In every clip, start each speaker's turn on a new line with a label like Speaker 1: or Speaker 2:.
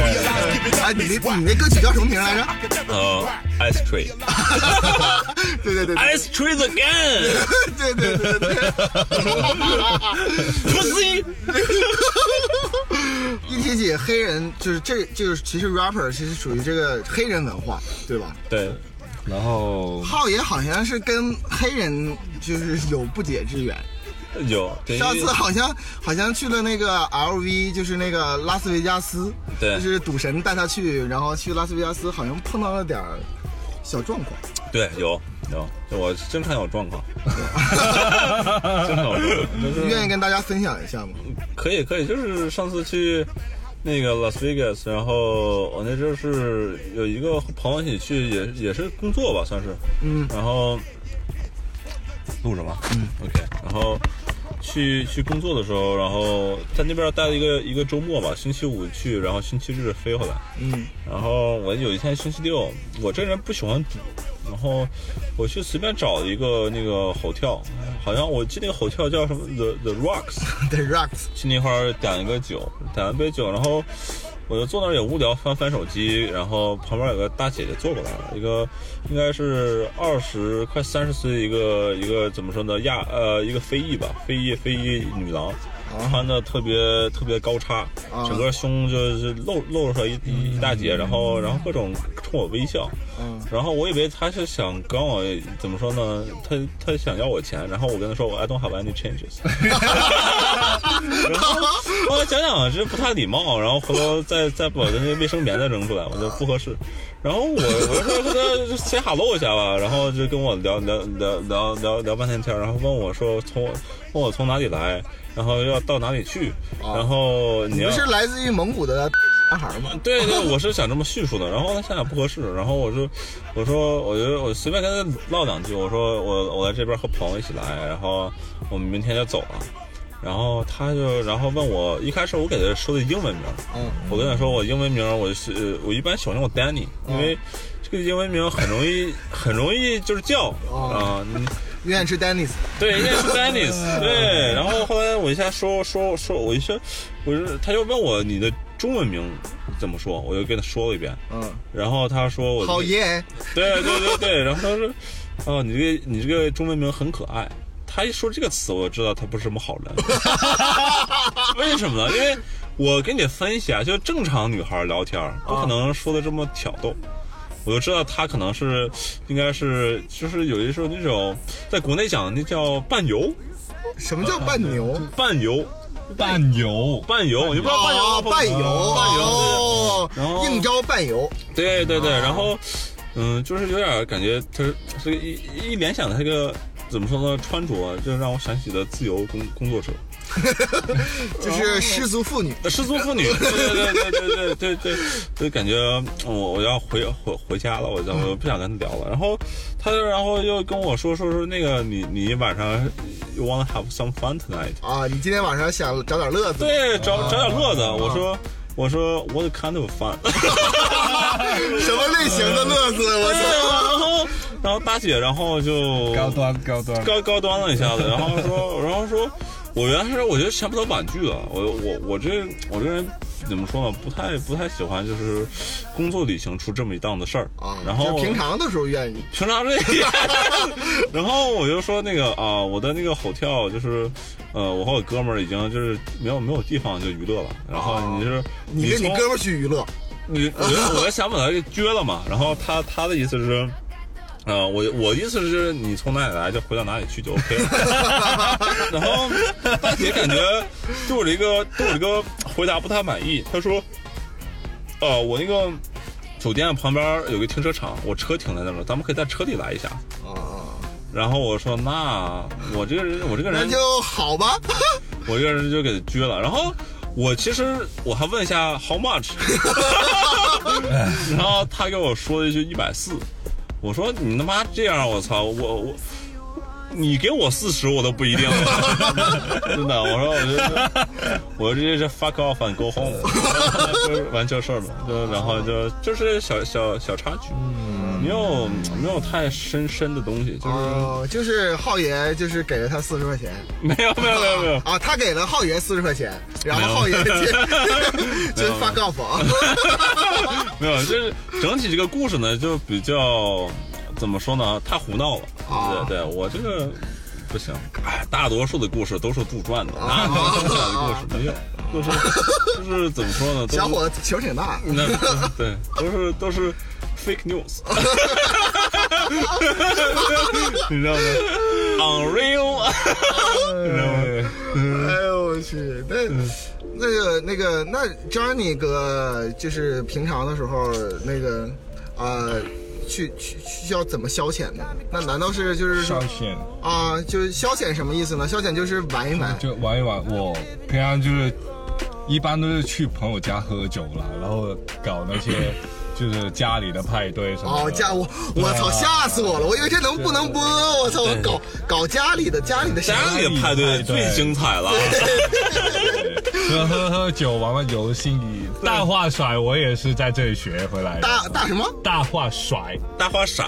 Speaker 1: 哎，你那你那歌曲叫什么名来着？
Speaker 2: 呃，Ice Tree，
Speaker 1: 对 对对对
Speaker 2: Ice Trees Again，
Speaker 1: 对对对对对。
Speaker 2: 不是
Speaker 1: 一提起黑人，就是这就是其实 rapper 其实属于这个黑人文化，对吧？
Speaker 2: 对，然后
Speaker 1: 浩爷好像是跟黑人就是有不解之缘。
Speaker 2: 有对
Speaker 1: 上次好像好像去了那个 LV，就是那个拉斯维加斯，
Speaker 2: 对
Speaker 1: 就是赌神带他去，然后去拉斯维加斯好像碰到了点儿小状况。
Speaker 2: 对有有，就我经常有 状况，经常有状况，就是
Speaker 1: 愿意跟大家分享一下吗？
Speaker 2: 可以可以，就是上次去那个 Las Vegas，然后我那阵儿是有一个朋友一起去，也也是工作吧，算是，嗯，然后录着吧，嗯，OK，然后去去工作的时候，然后在那边待了一个一个周末吧，星期五去，然后星期日飞回来，
Speaker 1: 嗯，
Speaker 2: 然后我有一天星期六，我这人不喜欢赌，然后我去随便找了一个那个吼跳，好像我记得那个吼跳叫什么 The The Rocks。
Speaker 1: 对 rocks，
Speaker 2: 去那块儿点一个酒，点了杯酒，然后我就坐那儿也无聊，翻翻手机，然后旁边有个大姐姐坐过来了，一个应该是二十快三十岁一个一个怎么说呢亚呃一个非裔吧，非裔非裔女郎。穿的特别特别高叉，整个胸就是露露出来一一一大截，然后然后各种冲我微笑，
Speaker 1: 嗯
Speaker 2: 然后我以为他是想跟我怎么说呢？他他想要我钱，然后我跟他说我 I don't have any changes。然后后来想想这不太礼貌，然后回头再再把我的那卫生棉再扔出来，我觉得不合适。然后我我说跟他 say hello 一下吧，然后就跟我聊聊聊聊聊聊半天天儿，然后问我说从问我从哪里来，然后要到哪里去，然后你
Speaker 1: 你
Speaker 2: 要
Speaker 1: 们是来自于蒙古的男孩吗？
Speaker 2: 对对，我是想这么叙述的，然后他想想不合适，然后我就我说，我就我随便跟他唠两句，我说我我来这边和朋友一起来，然后我们明天就走了，然后他就然后问我，一开始我给他说的英文名，
Speaker 1: 嗯，
Speaker 2: 我跟他说我英文名我是我一般喜欢用 Danny，因为这个英文名很容易很容易就是叫啊、你
Speaker 1: 愿意吃 Dennis，
Speaker 2: 对，应该是 Dennis。对，然后后来我一下说说说，我一下，我就他就问我你的中文名怎么说，我就跟他说了一遍。
Speaker 1: 嗯，
Speaker 2: 然后他说我
Speaker 1: 好耶，
Speaker 2: 对对对对，然后他说，哦，你这个你这个中文名很可爱。他一说这个词，我就知道他不是什么好人。 为什么呢？因为我跟你分析啊，就正常女孩聊天儿不可能说的这么挑逗。我就知道他可能是，应该是就是有一时候那种，在国内讲那叫伴游，
Speaker 1: 什么叫半牛？
Speaker 2: 伴游，
Speaker 3: 伴游，
Speaker 2: 哦伴游，你不知道伴游
Speaker 1: 哦
Speaker 2: 吗？，
Speaker 1: 半油，
Speaker 2: 伴游，
Speaker 1: 哦
Speaker 2: 然后
Speaker 1: 应招半油，
Speaker 2: 对对对，然后，嗯，就是有点感觉他这个一一联想他这个怎么说呢，穿着啊就让我想起了自由工工作者，
Speaker 1: 就是失足妇女。
Speaker 2: 呃失足妇女，对对对对对对对对，就感觉我我要回回回家了，我就我不想跟他聊了。然后他就然后又跟我说说说那个你你晚上 you wanna have some fun tonight。
Speaker 1: 啊，你今天晚上想找点乐子？，
Speaker 2: 对，找找点乐子。我说，我说，what kind of fun？
Speaker 1: 什么类型的乐子？我
Speaker 2: 对
Speaker 1: 操！
Speaker 2: 然后，然后大姐，然后就
Speaker 3: 高端高端，
Speaker 2: 高高端了一下子，然后说，然后说，我原来是我觉得想不到婉拒了，我我我这我这人怎么说呢？不太不太喜欢就是工作旅行出这么一档子事儿
Speaker 1: 啊，
Speaker 2: 然
Speaker 1: 就
Speaker 2: 后
Speaker 1: 平常的时候愿意。
Speaker 2: 平常这一点，然后我就说那个啊，我的那个吼跳就是，呃，我和我哥们儿已经就是没有没有地方就娱乐了。然后你就是
Speaker 1: 你跟你
Speaker 2: 从
Speaker 1: 哥们儿去娱乐，
Speaker 2: 你我我想把他给撅了嘛，然后他他的意思是。啊、我我的意思是，你从哪里来就回到哪里去就 OK 了。 然后大姐感觉对我这个对我这个回答不太满意，她说：“呃，我那个酒店旁边有个停车场，我车停在那儿了，咱们可以在车里来一下。”
Speaker 1: 啊，
Speaker 2: 然后我说：“那我这个人，我这个
Speaker 1: 那
Speaker 2: 人，
Speaker 1: 就好吧。
Speaker 2: 我这个人就给他撅了。”然后我其实我还问一下 how much，然后他给我说了一句一百四，我说你他妈这样，我操，我我。你给我四十，我都不一定。 真的，我说我就我直接是 fuck off and go home，就是完这事儿嘛，就然后就就是小小小插曲。没有没有太深深的东西，就是
Speaker 1: 哦，就是浩爷，就是给了他四十块钱，
Speaker 2: 没有没有没有没有，
Speaker 1: 啊，他给了浩爷四十块钱，然后浩爷 就就 fuck off 啊，
Speaker 2: 没有，就是整体这个故事呢，就比较怎么说呢？太胡闹了。
Speaker 1: 啊
Speaker 2: 对对，我这个不行。哎，大多数的故事都是杜撰的，
Speaker 1: 啊
Speaker 2: 哪有真假的故事没有？就是就是怎么说呢？都是
Speaker 1: 小伙子球挺大，
Speaker 2: 那对，都是都是 fake news，你知道吗？Unreal，你知道吗？
Speaker 1: 哎呦我去，那那个那个那 Johnny 哥，就是平常的时候那个呃，去去需要怎么消遣呢？那难道是就是
Speaker 3: 上线
Speaker 1: 啊、就是消遣什么意思呢？消遣就是玩一玩。
Speaker 3: 就玩一玩。我平常就是一般都是去朋友家喝酒啦，然后搞那些就是家里的派对什么的。
Speaker 1: 哦，家我我操，吓死我了！我以为这能不能播？我操，我搞搞家里的家里的
Speaker 2: 家
Speaker 1: 啥？
Speaker 2: 里派对最精彩了，
Speaker 1: 哎
Speaker 3: 喝喝喝酒，玩玩游戏，大话甩我也是在这里学回来的。
Speaker 1: 大大什么？
Speaker 3: 大话甩，
Speaker 2: 大花骰，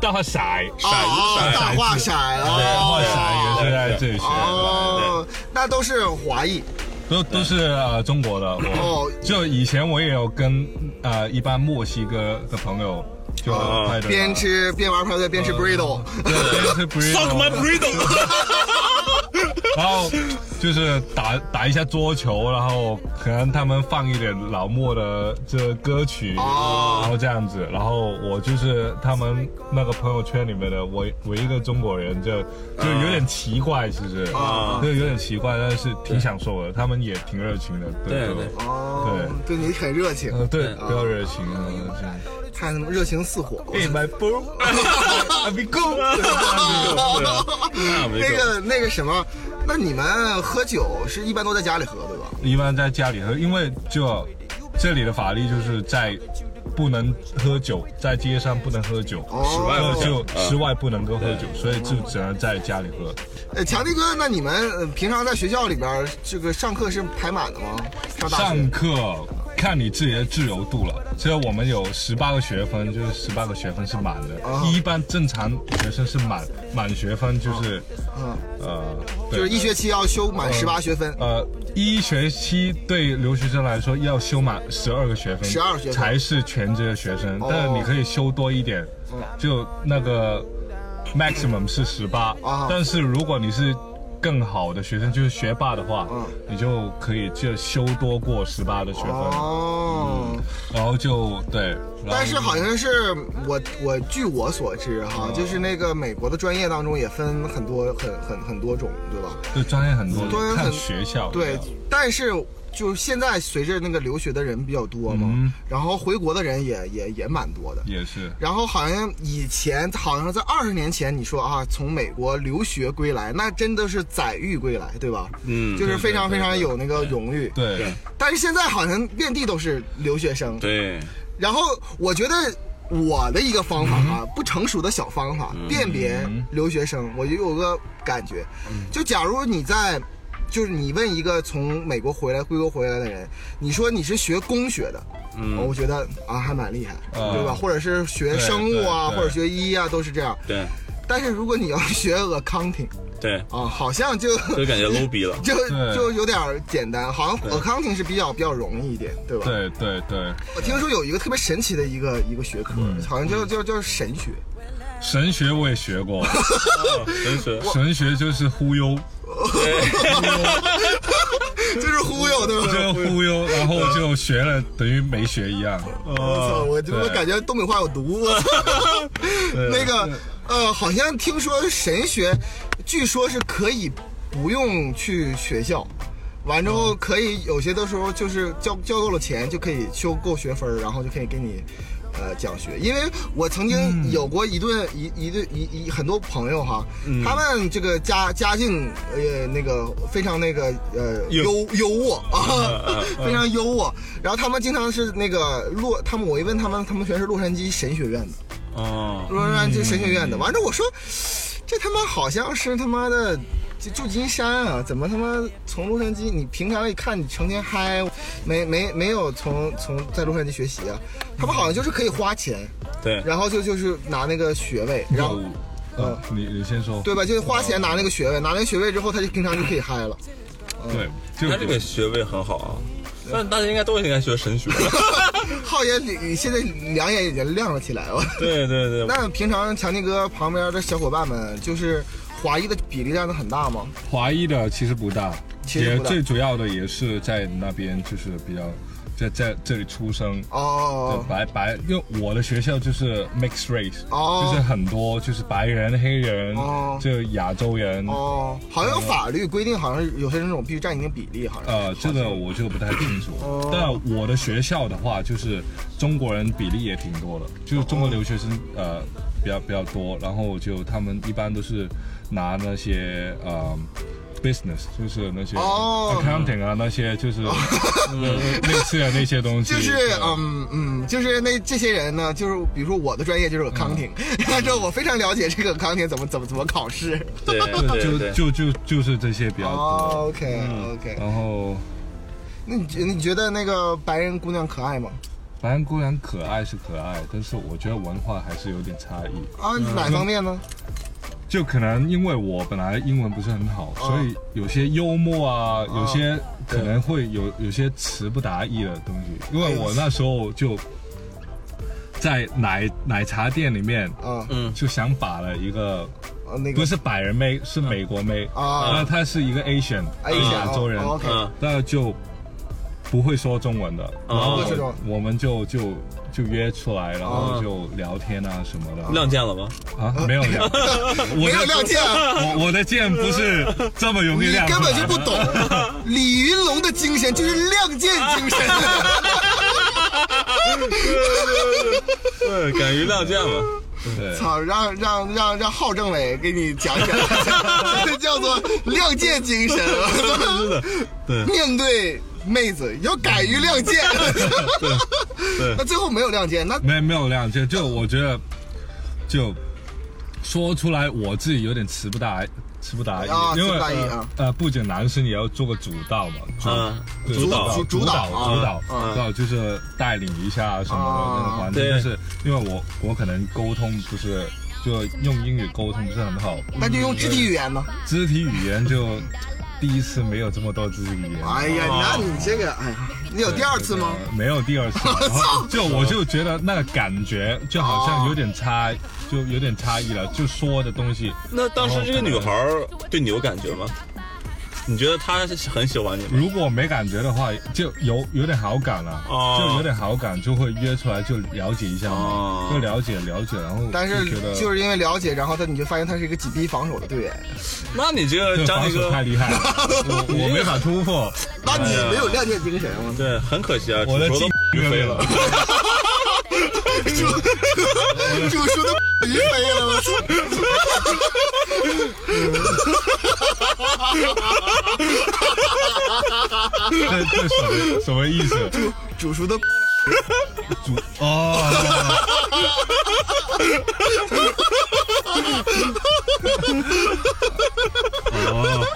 Speaker 3: 大话甩，
Speaker 1: 哦哦，
Speaker 2: 骰子骰
Speaker 1: 大
Speaker 2: 子
Speaker 1: 话骰
Speaker 3: 对大话
Speaker 1: 哦。
Speaker 3: 甩也是在这里学回来的。
Speaker 1: 哦，那都是华裔
Speaker 3: 都都是呃中国的。
Speaker 1: 哦
Speaker 3: 我就以前我也有跟呃一般墨西哥的朋友就
Speaker 2: 哦
Speaker 3: 派对啊，
Speaker 1: 边吃边玩派对边吃 burrito，
Speaker 3: 对边 吃
Speaker 2: fuck my
Speaker 3: burrito，
Speaker 2: burrito，
Speaker 3: 然后就是打打一下桌球，然后可能他们放一点老莫的这歌曲。
Speaker 1: 哦
Speaker 3: 然后这样子，然后我就是他们那个朋友圈里面的我唯一一个中国人就，就有点奇怪，其实
Speaker 1: 啊
Speaker 3: 就有点奇怪，但是挺享受的，他们也挺热情的，
Speaker 2: 对对
Speaker 1: 哦，对你很热情，
Speaker 3: 呃，对，比较热情啊，
Speaker 1: 看他们热情似火。
Speaker 3: 哎，my bro，
Speaker 1: 比 够。
Speaker 2: 对啊那没
Speaker 1: 那
Speaker 2: 辙
Speaker 1: 个那个什么，那你们喝酒是一般都在家里喝对吧？
Speaker 3: 一般在家里喝，因为就这里的法律就是在不能喝酒，在街上不能喝酒，呃
Speaker 1: 室外喝
Speaker 3: 就
Speaker 2: 酒
Speaker 3: 就
Speaker 2: 嗯
Speaker 3: 室外不能够喝酒，所以就只能在家里喝。
Speaker 1: 呃，强弟哥，那你们呃平常在学校里边儿这个上课是排满的吗？上大学
Speaker 3: 上课看你自己的自由度了，所以我们有十八个学分，就是十八个学分是满的，
Speaker 1: 哦
Speaker 3: 一般正常学生是满满学分，就是
Speaker 1: 嗯，
Speaker 3: 呃，对
Speaker 1: 就是一学期要修满十八学分。
Speaker 3: 呃，一学期对留学生来说要修满十二个学分，
Speaker 1: 12学分
Speaker 3: 才是全职的学生，
Speaker 1: 哦
Speaker 3: 但是你可以修多一点，就那个 maximum 是十八、
Speaker 1: 啊
Speaker 3: 但是如果你是更好的学生，就是学霸的话，
Speaker 1: 嗯
Speaker 3: 你就可以就修多过十八的学分，
Speaker 1: 哦，
Speaker 3: 然后就对，然后
Speaker 1: 但是好像是我我据我所知哈，就是那个美国的专业当中也分很多很很很多种，对吧？
Speaker 3: 就专业很多，
Speaker 1: 专业很
Speaker 3: 看学校
Speaker 1: 对，但是就是现在随着那个留学的人比较多嘛，
Speaker 3: 嗯
Speaker 1: 然后回国的人也也也蛮多的。
Speaker 3: 也是。
Speaker 1: 然后好像以前，好像在二十年前，你说啊，从美国留学归来，那真的是载誉归来，对吧？
Speaker 2: 嗯
Speaker 1: 就是非常
Speaker 3: 对
Speaker 1: 非
Speaker 3: 对
Speaker 1: 常有那个荣誉。
Speaker 3: 对，
Speaker 1: 但是现在好像遍地都是留学生。
Speaker 2: 对，
Speaker 1: 然后我觉得我的一个方法啊，不成熟的小方法，辨别留学生，我就有个感觉，就假如你在。就是你问一个从美国回来、归国回来的人，你说你是学工学的，
Speaker 2: 嗯
Speaker 1: 我觉得啊还蛮厉害，
Speaker 3: 啊
Speaker 1: 对吧？或者是学
Speaker 3: 对
Speaker 1: 生物啊，或
Speaker 3: 对对
Speaker 1: 者学医啊，都是这样。
Speaker 2: 对
Speaker 1: 但是如果你要学 accounting
Speaker 2: 对，
Speaker 1: 啊，好像就。
Speaker 2: 就感觉 low 逼 了
Speaker 1: 就
Speaker 3: 对
Speaker 1: 就有点简单，好像 accounting 是比较比较容易一点，对吧？
Speaker 3: 对对对，
Speaker 1: 我听说有一个特别神奇的一个一个学科，好像叫叫叫神学。
Speaker 3: 神学我也学过，
Speaker 2: 啊真是，
Speaker 3: 神学就是忽悠，
Speaker 1: 就是忽悠，对吧？
Speaker 3: 就忽悠，然后就学了，等于没学一样。
Speaker 1: 我操，我
Speaker 3: 哦对
Speaker 1: 我感觉东北话有毒。我操， 那个呃，好像听说神学，据说是可以不用去学校，完之后可以有些的时候就是交交够了钱就可以修够学分儿，然后就可以给你。呃，讲学，因为我曾经有过一顿、一一对一一很多朋友哈，他们这个家家境呃那个非常那个呃
Speaker 2: 有
Speaker 1: 优优渥啊， 非常优渥。然后他们经常是那个洛，他们我一问他们，他们全是洛杉矶神学院的，
Speaker 2: 哦，
Speaker 1: 洛杉矶神学院的。完了我说，这他妈好像是他妈的。就旧金山啊，怎么他妈从洛杉矶？你平常一看你成天嗨，没没没有从从在洛杉矶学习啊？他们好像就是可以花钱，
Speaker 2: 对
Speaker 1: 然后就就是拿那个学位，然后呃
Speaker 3: 有，嗯，你你先说，
Speaker 1: 对吧？就是花钱拿那个学位，拿那个学位之后，他就平常就可以嗨了。
Speaker 3: 对，就
Speaker 2: 他这个学位很好啊，但大家应该都应该学神学。
Speaker 1: 浩爷，你现在两眼已经亮了起来了。
Speaker 2: 对对对，
Speaker 1: 那平常强尼哥旁边的小伙伴们，就是华裔的比例占的很大吗？
Speaker 3: 华裔的其实不大，
Speaker 1: 其实
Speaker 3: 也
Speaker 1: 不大
Speaker 3: 最主要的也是在那边就是比较在在这里出生。
Speaker 1: 哦
Speaker 3: 对，白白，因为我的学校就是 mixed race，、
Speaker 1: 哦
Speaker 3: 就是很多就是白人、黑人，
Speaker 1: 哦
Speaker 3: 就亚洲人，
Speaker 1: 哦，好像有法律规定，好像有些人种必须占一定比例，好像。
Speaker 3: 呃，这个我就不太清楚。
Speaker 1: 哦
Speaker 3: 但我的学校的话，就是中国人比例也挺多的，就是中国留学生呃比较比较多，然后就他们一般都是拿那些呃 business，就是那些
Speaker 1: 哦
Speaker 3: accounting 啊、那些就是、 呃类似的那些东西，
Speaker 1: 就是
Speaker 3: 对
Speaker 1: 嗯嗯，就是那这些人呢，就是比如说我的专业就是 accounting，然
Speaker 3: 嗯
Speaker 1: 后我非常了 解这个 accounting 怎么怎么怎么考试。
Speaker 2: 对对对，
Speaker 3: 就就就就是这些比较多。嗯
Speaker 1: 哦，OK OK，
Speaker 3: 然后
Speaker 1: 那你觉你觉得那个白人姑娘可爱吗？
Speaker 3: 白人姑娘可爱是可爱，但是我觉得文化还是有点差异。
Speaker 1: 啊，哪方面呢？
Speaker 3: 就可能因为我本来英文不是很好，
Speaker 1: 嗯
Speaker 3: 所以有些幽默啊，有些可能会有有些词不达意的东西。因为我那时候就在奶奶茶店里面，
Speaker 1: 啊，
Speaker 3: 就想把了一个
Speaker 1: 啊那个
Speaker 3: 不是白人妹，是美国妹
Speaker 1: 啊
Speaker 3: 然后她是一个 Asian，呃
Speaker 1: Asian，
Speaker 3: 亚洲人
Speaker 1: 哦哦，OK
Speaker 2: 嗯
Speaker 3: 那就不会说中文的，然后
Speaker 2: 不会
Speaker 1: 说中文
Speaker 3: 我们就就就约出来，然
Speaker 1: 哦
Speaker 3: 后就聊天啊什么的
Speaker 2: 亮剑了吗？
Speaker 3: 啊，没有 聊，
Speaker 1: 没
Speaker 3: 我
Speaker 1: 有
Speaker 3: 的
Speaker 1: 亮剑啊，
Speaker 3: 我我的剑不是这么容易
Speaker 1: 你
Speaker 3: 亮出
Speaker 1: 根
Speaker 3: 来
Speaker 1: 本就不懂。 李云龙的精神就是亮剑精神。
Speaker 2: 对，敢于亮剑 嘛。
Speaker 3: 对，
Speaker 1: 操，让让让让郝政委给你讲 讲，这叫做亮剑精神。啊
Speaker 2: 是的，对
Speaker 1: 面对妹子要敢于亮剑。
Speaker 2: 对
Speaker 1: 那最后没有亮剑，那
Speaker 3: 没没有亮剑，就我觉得就说出来我自己有点词不达词不达意
Speaker 1: 啊，
Speaker 3: 因
Speaker 1: 词
Speaker 3: 为
Speaker 1: 不达意啊
Speaker 3: 呃，不仅男生也要做个主导嘛，
Speaker 2: 嗯
Speaker 3: 对
Speaker 2: 主导
Speaker 1: 主主
Speaker 3: 主导
Speaker 1: 导
Speaker 3: 主导
Speaker 1: 啊，
Speaker 3: 主导就是带领一下什么的那个环境
Speaker 2: 啊，
Speaker 3: 但是因为我我可能沟通不是。就用英语沟通不是很好，
Speaker 1: 那就用肢体语言呢。
Speaker 3: 肢体语言就第一次没有这么多肢体语言。
Speaker 1: 哎呀，那你这个，哎呀，你有第二次吗？
Speaker 3: 呃没有 第二次，然后就我就觉得那个感觉就好像有点差，就有点差异了，就说的东西。
Speaker 2: 那当时这个女孩儿对你有感觉吗？你觉得她是很喜欢你吗？
Speaker 3: 如果没感觉的话，就有有点好感了，
Speaker 2: 哦
Speaker 3: 就有点好感，就会约出来就了解一下嘛，
Speaker 2: 哦
Speaker 3: 就了解了解，然后
Speaker 1: 但
Speaker 3: 就觉
Speaker 1: 是
Speaker 3: 得
Speaker 1: 就是因为了解，然后他你就发现他是一个紧逼防守的队
Speaker 2: 哎
Speaker 1: 员，
Speaker 2: 那你这
Speaker 3: 这
Speaker 2: 个
Speaker 3: 个
Speaker 2: 张
Speaker 3: 防
Speaker 2: 力
Speaker 3: 守
Speaker 2: 哥，
Speaker 3: 太厉害了，我我没法 突破，
Speaker 1: 那你没有亮剑精神吗？
Speaker 2: 对，很可惜啊，
Speaker 3: 我的
Speaker 2: 主
Speaker 3: 鸡
Speaker 2: 厨都
Speaker 3: 飞
Speaker 2: 飞
Speaker 3: 了
Speaker 2: 了。。
Speaker 1: 主主厨的鱼飞了，我操！
Speaker 3: 这这什么什么意思？
Speaker 1: 主厨的
Speaker 3: 主哦，哦，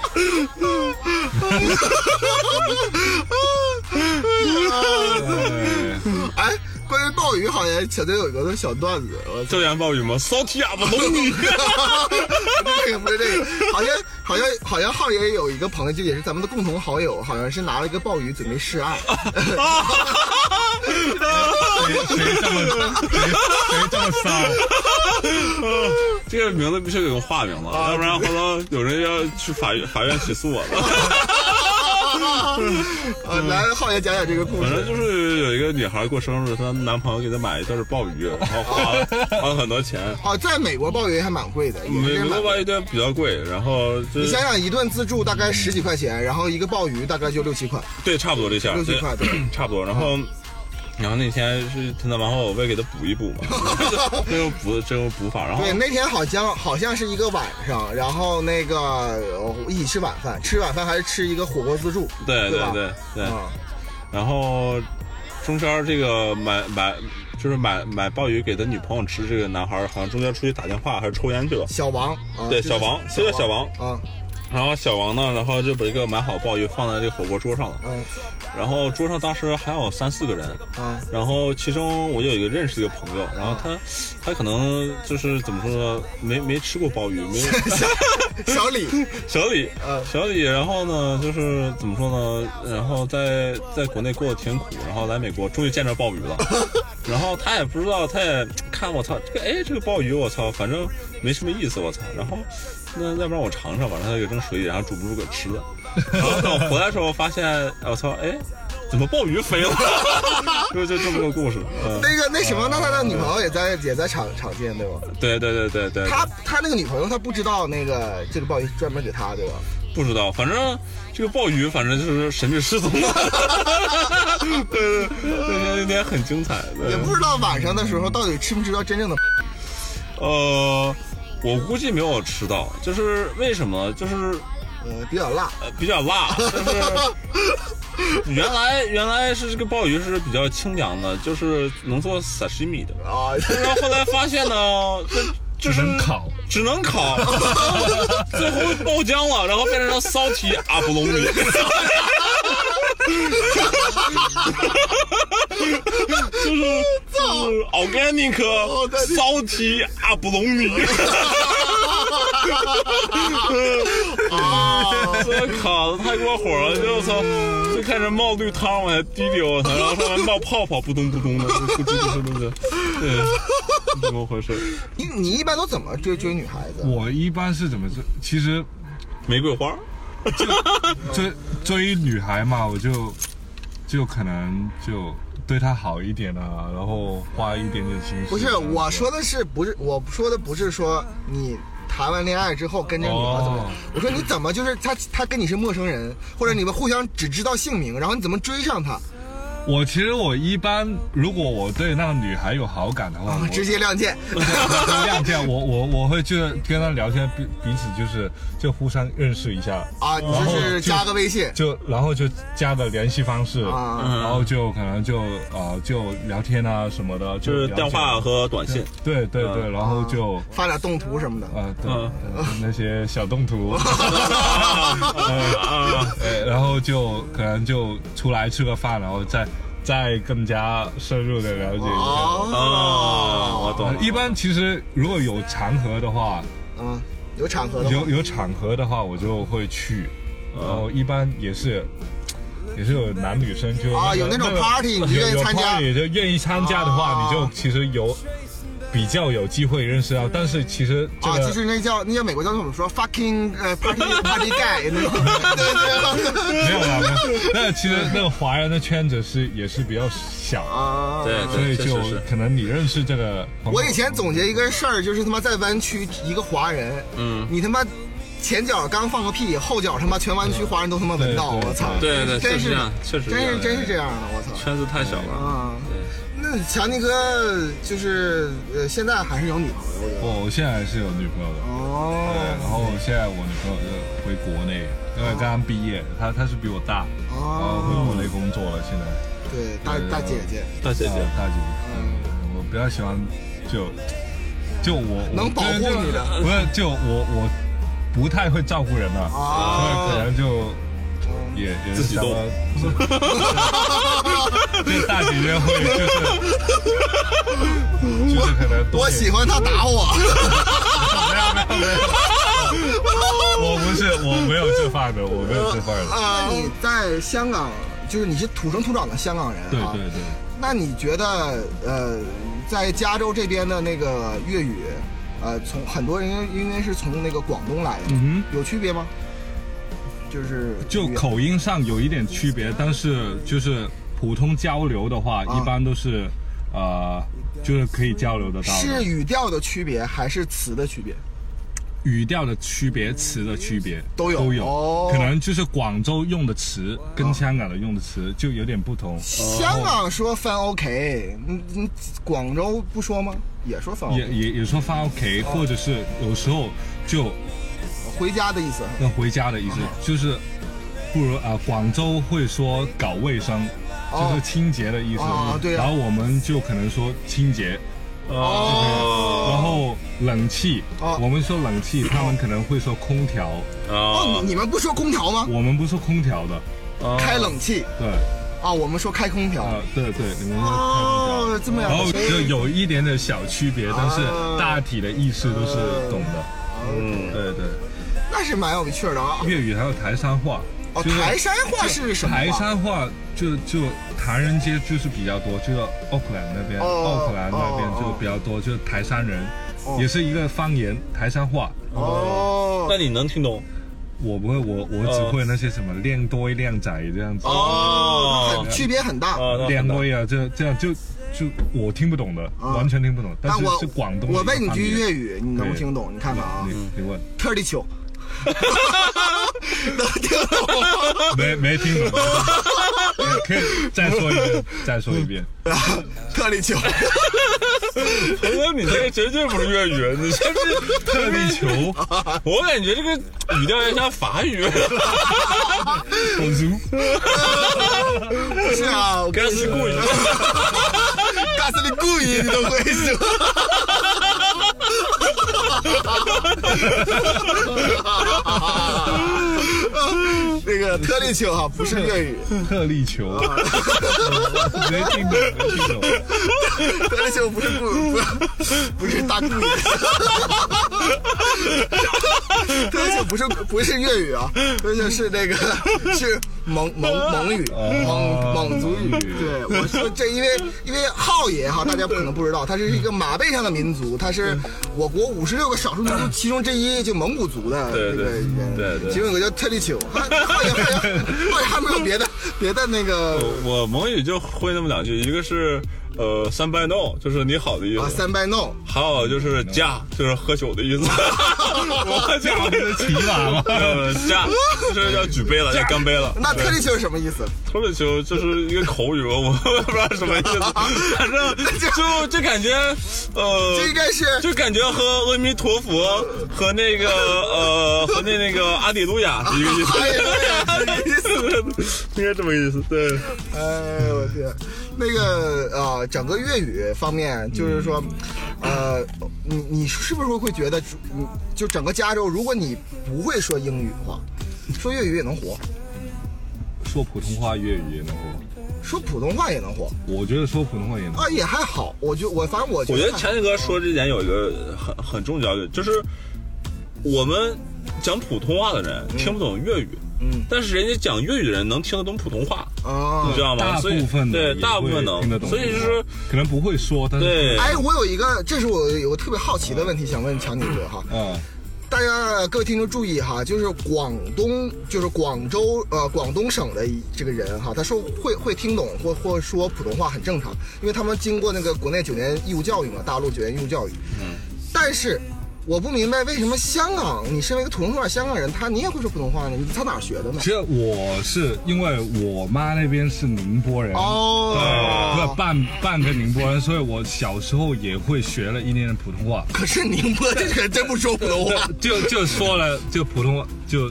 Speaker 3: 对
Speaker 1: 哎，关于鲍鱼好像小队有一个小段子，我
Speaker 2: 椒盐鲍鱼吗？骚提亚不龙你。
Speaker 1: 不是这个，不是这个，好像好像好像浩爷有一个朋友，就也是咱们的共同好友，好像是拿了一个鲍鱼准备示爱，
Speaker 3: 谁谁这么谁谁这么骚？
Speaker 2: 这个名字必须得用化名了，要 不然回头有人要去法院法院起诉我了。
Speaker 1: 呃，
Speaker 2: 嗯
Speaker 1: 来浩爷讲讲这个故
Speaker 2: 反正
Speaker 1: 事。
Speaker 2: 就是有一个女孩过生日，她男朋友给她买一对鲍鱼，然后 花了花了很多钱。嗯
Speaker 1: 哦，在美国鲍鱼还蛮贵的，也
Speaker 2: 美
Speaker 1: 是
Speaker 2: 国
Speaker 1: 蛮
Speaker 2: 的鲍鱼店比较贵，然后就
Speaker 1: 你想想，一顿自助大概十几块钱，然后一个鲍鱼大概就六七块，
Speaker 2: 对，差不多这价，
Speaker 1: 六七块对嗯
Speaker 2: 差不多。然后，然后那天是她男朋友为给她补一补 嘛，这个补这个补法，然后
Speaker 1: 对，那天好像好像是一个晚上，然后那个呃一起吃晚饭，吃晚饭还是吃一个火锅自助，
Speaker 2: 对
Speaker 1: 吧？
Speaker 2: 对对，
Speaker 1: 啊，
Speaker 2: 然后中间这个买买就是买买鲍鱼给他女朋友吃，这个男孩好像中间出去打电话还是抽烟去了。
Speaker 1: 小王，啊
Speaker 2: 对
Speaker 1: 就是
Speaker 2: 小王就叫小王
Speaker 1: 啊，
Speaker 2: 然后小王呢，然后就把这个买好鲍鱼放在这个火锅桌上了。
Speaker 1: 嗯
Speaker 2: 然后桌上当时还有三四个人，
Speaker 1: 嗯
Speaker 2: 然后其中我有一个认识的一个朋友，然后他他可能就是怎么说呢，没没吃过鲍鱼，没有
Speaker 1: 小李，
Speaker 2: 小李
Speaker 1: 嗯，
Speaker 2: 小李，然后呢，就是怎么说呢，然后在在国内过得挺苦，然后来美国终于见着鲍鱼了，然后他也不知道，他也看我操，这个哎这个鲍鱼我操，反正没什么意思我操，然后那要不然我尝尝吧，然后他就扔水里，然后煮不煮给吃了，然后等我回来的时候发现，哎我操，哎怎么鲍鱼飞了？就就这么个故事，嗯，
Speaker 1: 那个那什么，那他的女朋友也在也在场场见对吧？
Speaker 2: 对对对对对，
Speaker 1: 他他那个女朋友他不知道那个这个鲍鱼专门给他对吧？
Speaker 2: 不知道，反正这个鲍鱼，反正就是神秘失踪了。 对对对，那天很精彩。对
Speaker 1: 也不知道晚上的时候到底吃不吃到真正的。
Speaker 2: 呃，我估计没有吃到，就是为什么？就是
Speaker 1: 呃，比较辣，
Speaker 2: 呃比较辣，就是 原来原来是这个鲍鱼是比较清凉的，就是能做沙西米的。
Speaker 1: 啊，
Speaker 2: 然后后来发现呢，这就是
Speaker 3: 只能烤，
Speaker 2: 只能烤， 最后爆浆了，然后变成了骚体阿布隆尼。就是就是 organic 骚体阿布隆尼， 这烤的太过火了，就操，就开始冒绿汤往下滴溜，然后上面冒泡泡，咕咚咕咚的，咕咚咕咚咕咚的，对，怎么回事？
Speaker 1: 你你一般都怎么追追女孩子？
Speaker 3: 我一般是怎么追？其实
Speaker 2: 玫瑰花，
Speaker 3: 追追女孩嘛，我就就可能就对她好一点啊，然后花一点点心思。
Speaker 1: 不是，我说的是不是？我说的不是说你谈完恋爱之后跟这个女孩怎么
Speaker 3: 哦？
Speaker 1: 我说你怎么就是她她跟你是陌生人，或者你们互相只知道姓名，然后你怎么追上她？
Speaker 3: 我其实我一般，如果我对那个女孩有好感的话，我
Speaker 1: 啊直接亮剑，
Speaker 3: 这样这样，啊我我我会就跟她聊天，彼彼此就是就互相认识一下，
Speaker 1: 啊，你就是加个微信
Speaker 3: 就然后就加个联系方式，
Speaker 1: 啊
Speaker 2: 嗯
Speaker 3: 然后就可能就啊、呃就聊天啊什么的，
Speaker 2: 就是
Speaker 3: 了解
Speaker 2: 电话和啊短信。
Speaker 3: 对对对，然后就。
Speaker 1: 发点动图什么的。
Speaker 3: 啊，对，
Speaker 2: 嗯
Speaker 3: 对那些小 动图，
Speaker 2: 啊，
Speaker 3: 呃然后就可能就出来吃个饭，然后再再更加深入的了解一
Speaker 1: 嗯
Speaker 2: 哦我
Speaker 1: 哦，
Speaker 2: 懂
Speaker 3: 下。
Speaker 2: 了。
Speaker 3: 一般其实如果有场合的话，
Speaker 1: 嗯，有场合的话
Speaker 3: 有有场合的话，我就会去，
Speaker 1: 嗯
Speaker 3: 然后一般也是。也是有男女生就
Speaker 1: 啊有那种 party，你就愿意参加
Speaker 3: 也就愿意参加的
Speaker 1: 啊
Speaker 3: 话，你就其实有比较有机会认识到。但是其实这
Speaker 1: 啊，
Speaker 3: 个
Speaker 1: 就是那叫那叫美国叫怎么说？fucking 呃 party party guy 那种，对对
Speaker 3: 没有啦，没有那其实那个华人的圈子是也是比较 小，
Speaker 1: 啊。
Speaker 2: 对
Speaker 3: 所以
Speaker 2: 对，确
Speaker 3: 就
Speaker 2: 实是。
Speaker 3: 可能你认识这个朋友。
Speaker 1: 我以前总结一个事儿，就是他妈在湾区一个华人，
Speaker 2: 嗯
Speaker 1: 你他妈前脚刚放个屁，后脚他妈全湾区华人都他妈闻到，
Speaker 3: 对对
Speaker 1: 我操！
Speaker 2: 对对，确
Speaker 1: 真
Speaker 2: 实
Speaker 1: 是
Speaker 2: 这样，确实这
Speaker 1: 真
Speaker 2: 样
Speaker 1: 是真是这样的，我操！
Speaker 2: 圈子太小了。
Speaker 1: 啊，那强尼哥就是呃，现在还是有女朋友的
Speaker 3: 我我现在是有女朋友的，对，然
Speaker 1: 哦
Speaker 3: 后现在我女朋友就回国内，因为刚刚毕业，她她是比我大，然后回
Speaker 1: 哦，
Speaker 3: 国内工作了，现在
Speaker 1: 对，大大姐姐
Speaker 2: 大姐
Speaker 3: 啊
Speaker 2: 姐，
Speaker 3: 大姐姐，嗯我比较喜欢就就我我
Speaker 1: 能保护你的
Speaker 3: 不是就我我不太会照顾人了，所以可
Speaker 1: 啊，
Speaker 3: 能就。也也
Speaker 2: 自
Speaker 3: 是
Speaker 2: 己
Speaker 3: 想
Speaker 2: 动
Speaker 3: 要，就大姐姐会就是，就是可能多
Speaker 1: 我
Speaker 3: 点
Speaker 1: 喜欢他打我，
Speaker 3: 我不是我没有这范的，我没有这范的，
Speaker 1: 那你在香港，就是你是土生土长的香港人啊？
Speaker 3: 对对对。
Speaker 1: 那你觉得，呃，在加州这边的那个粤语，呃，从很多人因为是从那个广东来的，
Speaker 3: 嗯
Speaker 1: 有区别吗？就是
Speaker 3: 就
Speaker 1: 语言
Speaker 3: 口音上有一点区别，但是就是普通交流的话，
Speaker 1: 啊
Speaker 3: 一般都是，呃，就是可以交流得到
Speaker 1: 是
Speaker 3: 的。
Speaker 1: 语调的区别还是词的区别？
Speaker 3: 语调的区别、词的区别
Speaker 1: 都有
Speaker 3: 都
Speaker 1: 哦啊
Speaker 3: 有，可能就是广州用的词跟香港的用的词就有点不同，
Speaker 1: 香港说翻 OK，嗯嗯，广州不说吗？也说翻
Speaker 3: 也
Speaker 1: OK，
Speaker 3: 也也说发 OK，或者是有时候就
Speaker 1: 回家的意思。
Speaker 3: 要回家的意思，
Speaker 1: 哦
Speaker 3: 就是不如啊、广州会说搞卫生，
Speaker 1: 哦
Speaker 3: 就是清洁的意思。
Speaker 1: 哦对啊
Speaker 3: 然后我们就可能说清洁，呃
Speaker 2: 哦
Speaker 3: 然后冷气，
Speaker 1: 哦
Speaker 3: 我们说冷气，他们可能会说空调，啊
Speaker 1: 哦，你们不说空调吗？
Speaker 3: 我们不说空调的，
Speaker 2: 啊
Speaker 1: 开冷气
Speaker 3: 对，
Speaker 1: 啊，我们说开空调。
Speaker 3: 啊，对对，你们说开空调。
Speaker 1: 哦，这哦么样
Speaker 3: 然
Speaker 1: 的，
Speaker 3: 后
Speaker 1: 所
Speaker 3: 就
Speaker 1: 以
Speaker 3: 有一点点小区别，但是大体的意思都是懂的。
Speaker 1: 哦
Speaker 2: 嗯，
Speaker 3: 对对，
Speaker 1: 那是蛮有趣的啊。
Speaker 3: 粤语还有台山话，
Speaker 1: 哦，
Speaker 3: 就是
Speaker 1: 台山话是什么话？
Speaker 3: 台山话就就唐人街就是比较多，就是奥克兰那边，
Speaker 1: 哦
Speaker 3: 奥克兰那边
Speaker 1: 哦
Speaker 3: 就比较多，就是台山人
Speaker 1: 哦，
Speaker 3: 也是一个方言，台山话。
Speaker 1: 哦
Speaker 2: 那，你能听懂？
Speaker 3: 我不会，我我只会那些什么靓多靓仔这样子，
Speaker 1: 那
Speaker 2: 哦
Speaker 1: 很，区别很大。
Speaker 2: 啊，那
Speaker 3: 靓
Speaker 2: 很大
Speaker 3: 威啊，这这样就就我听不懂的，
Speaker 1: 啊
Speaker 3: 完全听不懂。但
Speaker 1: 那
Speaker 3: 是
Speaker 1: 我
Speaker 3: 是广东的
Speaker 1: 我
Speaker 3: 一个
Speaker 1: 问
Speaker 3: 方
Speaker 1: 你
Speaker 3: 言。
Speaker 1: 句粤语，你能
Speaker 3: 对
Speaker 1: 听懂？你看看啊，
Speaker 3: 你你问，
Speaker 1: 特地球，能听懂吗？
Speaker 3: 没没听懂？ 可以再说一遍，再说 一遍。
Speaker 1: 特地球，
Speaker 2: 我觉得哎你这个绝对不是粤语，你这是
Speaker 3: 特地球，
Speaker 2: 我感觉这个语调有点像法语。
Speaker 3: 我如
Speaker 1: 不是啊，我
Speaker 2: 干
Speaker 1: 跟你
Speaker 2: 是
Speaker 1: 说，
Speaker 2: 故意的，
Speaker 1: 大森的故意你都会说，那个特地球啊，不是粤语，
Speaker 3: 特立球， 没听懂，没听懂。
Speaker 1: 特地球不是故不是不是大故意， 特地球不是不是粤语啊，特地球是那个是蒙蒙蒙语，
Speaker 2: 啊
Speaker 1: 蒙蒙族语。对，我说这因为因为浩爷哈，大家可能不知道，他是一个马背上的民族，他是我国五十六个少数民族其中之一，就蒙古族的
Speaker 2: 对
Speaker 1: 这个
Speaker 2: 对
Speaker 1: 人，
Speaker 2: 对对
Speaker 1: 其中有个叫特立丘，还浩爷浩爷浩爷还没有别的别的那个
Speaker 2: 我蒙语就会那么两句，一个是呃三拜 no，就是你好的意
Speaker 1: 啊
Speaker 2: 思，
Speaker 1: 三拜弄。
Speaker 2: 还有就是驾，就是喝酒的意 思。我
Speaker 3: 这不是骑马吗？
Speaker 2: 呃驾，就是要举杯了，要干杯了。
Speaker 1: 那特立丘是什么意思？
Speaker 2: 脱了球就是一个口语吧，我我不知道什么意思，反正就就感觉呃
Speaker 1: 这。应该是
Speaker 2: 就感觉和阿弥陀佛和那个呃和那那个阿里路亚是一个意思，
Speaker 1: 哎呀这个意思
Speaker 2: 应该这么个意思。对，
Speaker 1: 哎，我天，那个啊、呃整个粤语方面，就是 说，呃，你你是不是会觉得，嗯就整个加州，如果你不会说英语的话，说粤语也能活，
Speaker 3: 说普通话、粤语也能活，
Speaker 1: 说普通话也能活
Speaker 3: 我觉得说普通话也能。
Speaker 1: 啊，也还好。我觉我反正我觉
Speaker 2: 我
Speaker 1: 得
Speaker 2: 觉
Speaker 1: 还，
Speaker 2: 得强杰哥说这点有一个很很重要的，就是我们讲普通话的人听不懂粤语，
Speaker 1: 嗯
Speaker 2: 但是人家讲粤语的人能听得懂普通话，
Speaker 1: 啊
Speaker 2: 你知，道吗？
Speaker 3: 大
Speaker 2: 所以
Speaker 3: 部分的
Speaker 2: 对
Speaker 3: 也
Speaker 2: 大部分
Speaker 3: 会
Speaker 2: 能
Speaker 3: 听得懂，
Speaker 2: 所以就是
Speaker 3: 可能不会说，但是
Speaker 2: 对，
Speaker 1: 哎，我有一个，这是我有个特别好奇的问题想问强姐哥哈，
Speaker 3: 嗯，
Speaker 1: 大家啊各位听众注意哈，就是广东，就是广州呃广东省的一这个人哈，他说会会听懂或或说普通话很正常，因为他们经过那个国内九年义务教育嘛，大陆九年义务教育。嗯。但是我不明白为什么香港，你身为一个土生土长香港人，他你也会说普通话呢？你他哪儿学的呢
Speaker 3: 其？实我是因为我妈那边是宁波人，对，
Speaker 1: 哦
Speaker 3: 呃不。半半个宁波人，所以我小时候也会学了一年的普通话，
Speaker 1: 可是宁波这个人真不说普通话。
Speaker 3: 就就说了就普通话就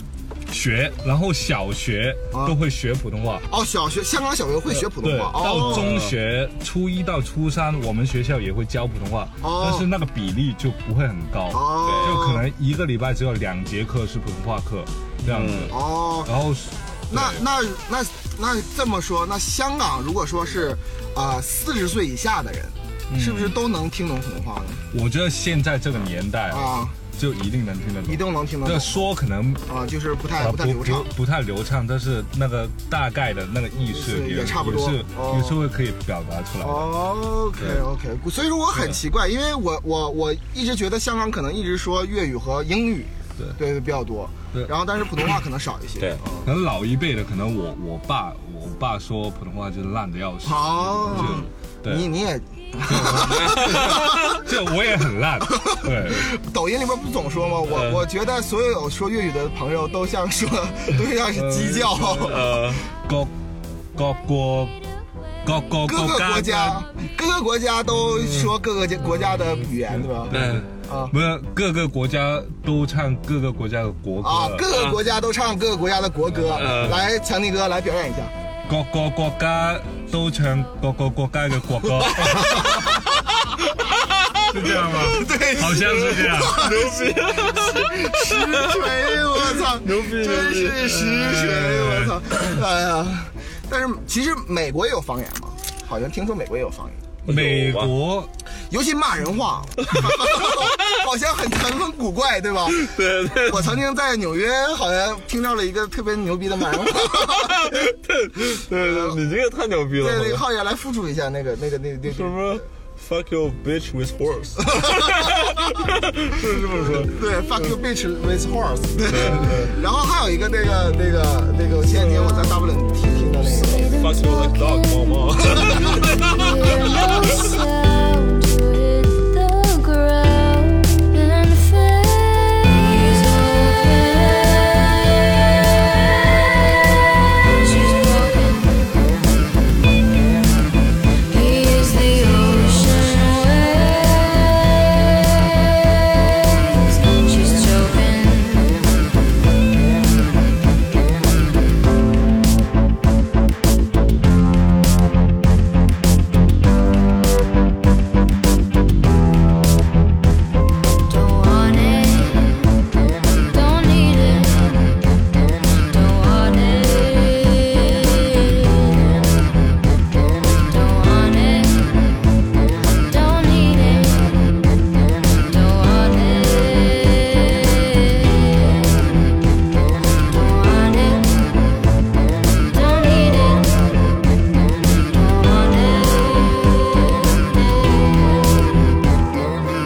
Speaker 3: 学，然后小学都会学普通话。
Speaker 1: 哦，小学香港小学会学普通
Speaker 3: 对，
Speaker 1: 话
Speaker 3: 到
Speaker 1: 哦。
Speaker 3: 中学初一到初三，我们学校也会教普通话，
Speaker 1: 哦
Speaker 3: 但是那个比例就不会很高，
Speaker 1: 哦
Speaker 3: 就可能一个礼拜只有两节课是普通话课这样子。
Speaker 1: 哦。
Speaker 3: 然后
Speaker 1: 那那那那这么说，那香港如果说是，啊四十岁以下的人，
Speaker 3: 嗯
Speaker 1: 是不是都能听懂普通话呢？
Speaker 3: 我觉得现在这个年代
Speaker 1: 啊，
Speaker 3: 就一定能听得懂，
Speaker 1: 一定能听得
Speaker 3: 这
Speaker 1: 懂
Speaker 3: 说可能
Speaker 1: 啊，就是不太
Speaker 3: 呃
Speaker 1: 不太
Speaker 3: 不
Speaker 1: 流畅
Speaker 3: 不。不太流畅，但是那个大概的那个意思
Speaker 1: 是也差不多
Speaker 3: 也是
Speaker 1: 哦
Speaker 3: 也是会可以表达出来的。
Speaker 1: OK OK，所以说我很奇怪，因为我我我一直觉得香港可能一直说粤语和英语，
Speaker 3: 对
Speaker 1: 对比较多
Speaker 3: 对，
Speaker 1: 然后但是普通话可能少一些。嗯
Speaker 2: 对
Speaker 3: 可能老一辈的，可能我我爸我爸说普通话就是烂的要死，
Speaker 1: 好，嗯
Speaker 3: 对
Speaker 1: 你你也
Speaker 3: 这我也 很烂，对。
Speaker 1: 抖音里面不总说吗？我我觉得所有说粤语的朋友都像说都像是鸡叫。
Speaker 3: 嗯
Speaker 2: 呃，
Speaker 3: 各各国各各
Speaker 1: 各个国家，各个国家都说各个家国家的语言，对吧？
Speaker 2: 嗯，
Speaker 1: 啊
Speaker 3: 不是各个国家都唱各个国家的国歌，
Speaker 1: 啊，各个国家都唱各个国家的国歌。
Speaker 2: 嗯
Speaker 1: 来，强尼哥来表演一下。
Speaker 3: 各个国家都唱各个国家嘅国歌。 是这样吗？
Speaker 1: 对，
Speaker 3: 好像是这样。
Speaker 1: 实 锤，我操，
Speaker 2: 牛逼哎
Speaker 1: 真
Speaker 2: 牛
Speaker 1: 是
Speaker 2: 逼
Speaker 1: 实锤，我操，哎呀，但是其实美国也有方言嘛，好像听说美国也有方言，
Speaker 3: 美国
Speaker 1: 尤其骂人话， 好像很谈风古怪，对吧？
Speaker 2: 对对
Speaker 1: 我曾经在纽约好像听到了一个特别牛逼的骂人 话，
Speaker 2: 对对，你这个太牛逼了！
Speaker 1: 对那个浩爷来复述一下那个那个那个那
Speaker 2: 什
Speaker 1: 个，
Speaker 2: 么 fuck your bitch with horse，是这么说。
Speaker 1: 对，fuck you bitch with horse，对， 然后还有一个那个那个那个，前几天我在 W 听听的那个。
Speaker 2: fuck you like dog，猫猫。
Speaker 4: She's choking. Don't want it, don't need it, don't want it, don't want it, don't need it, don't want it, don't want it, don't need it, don't want it.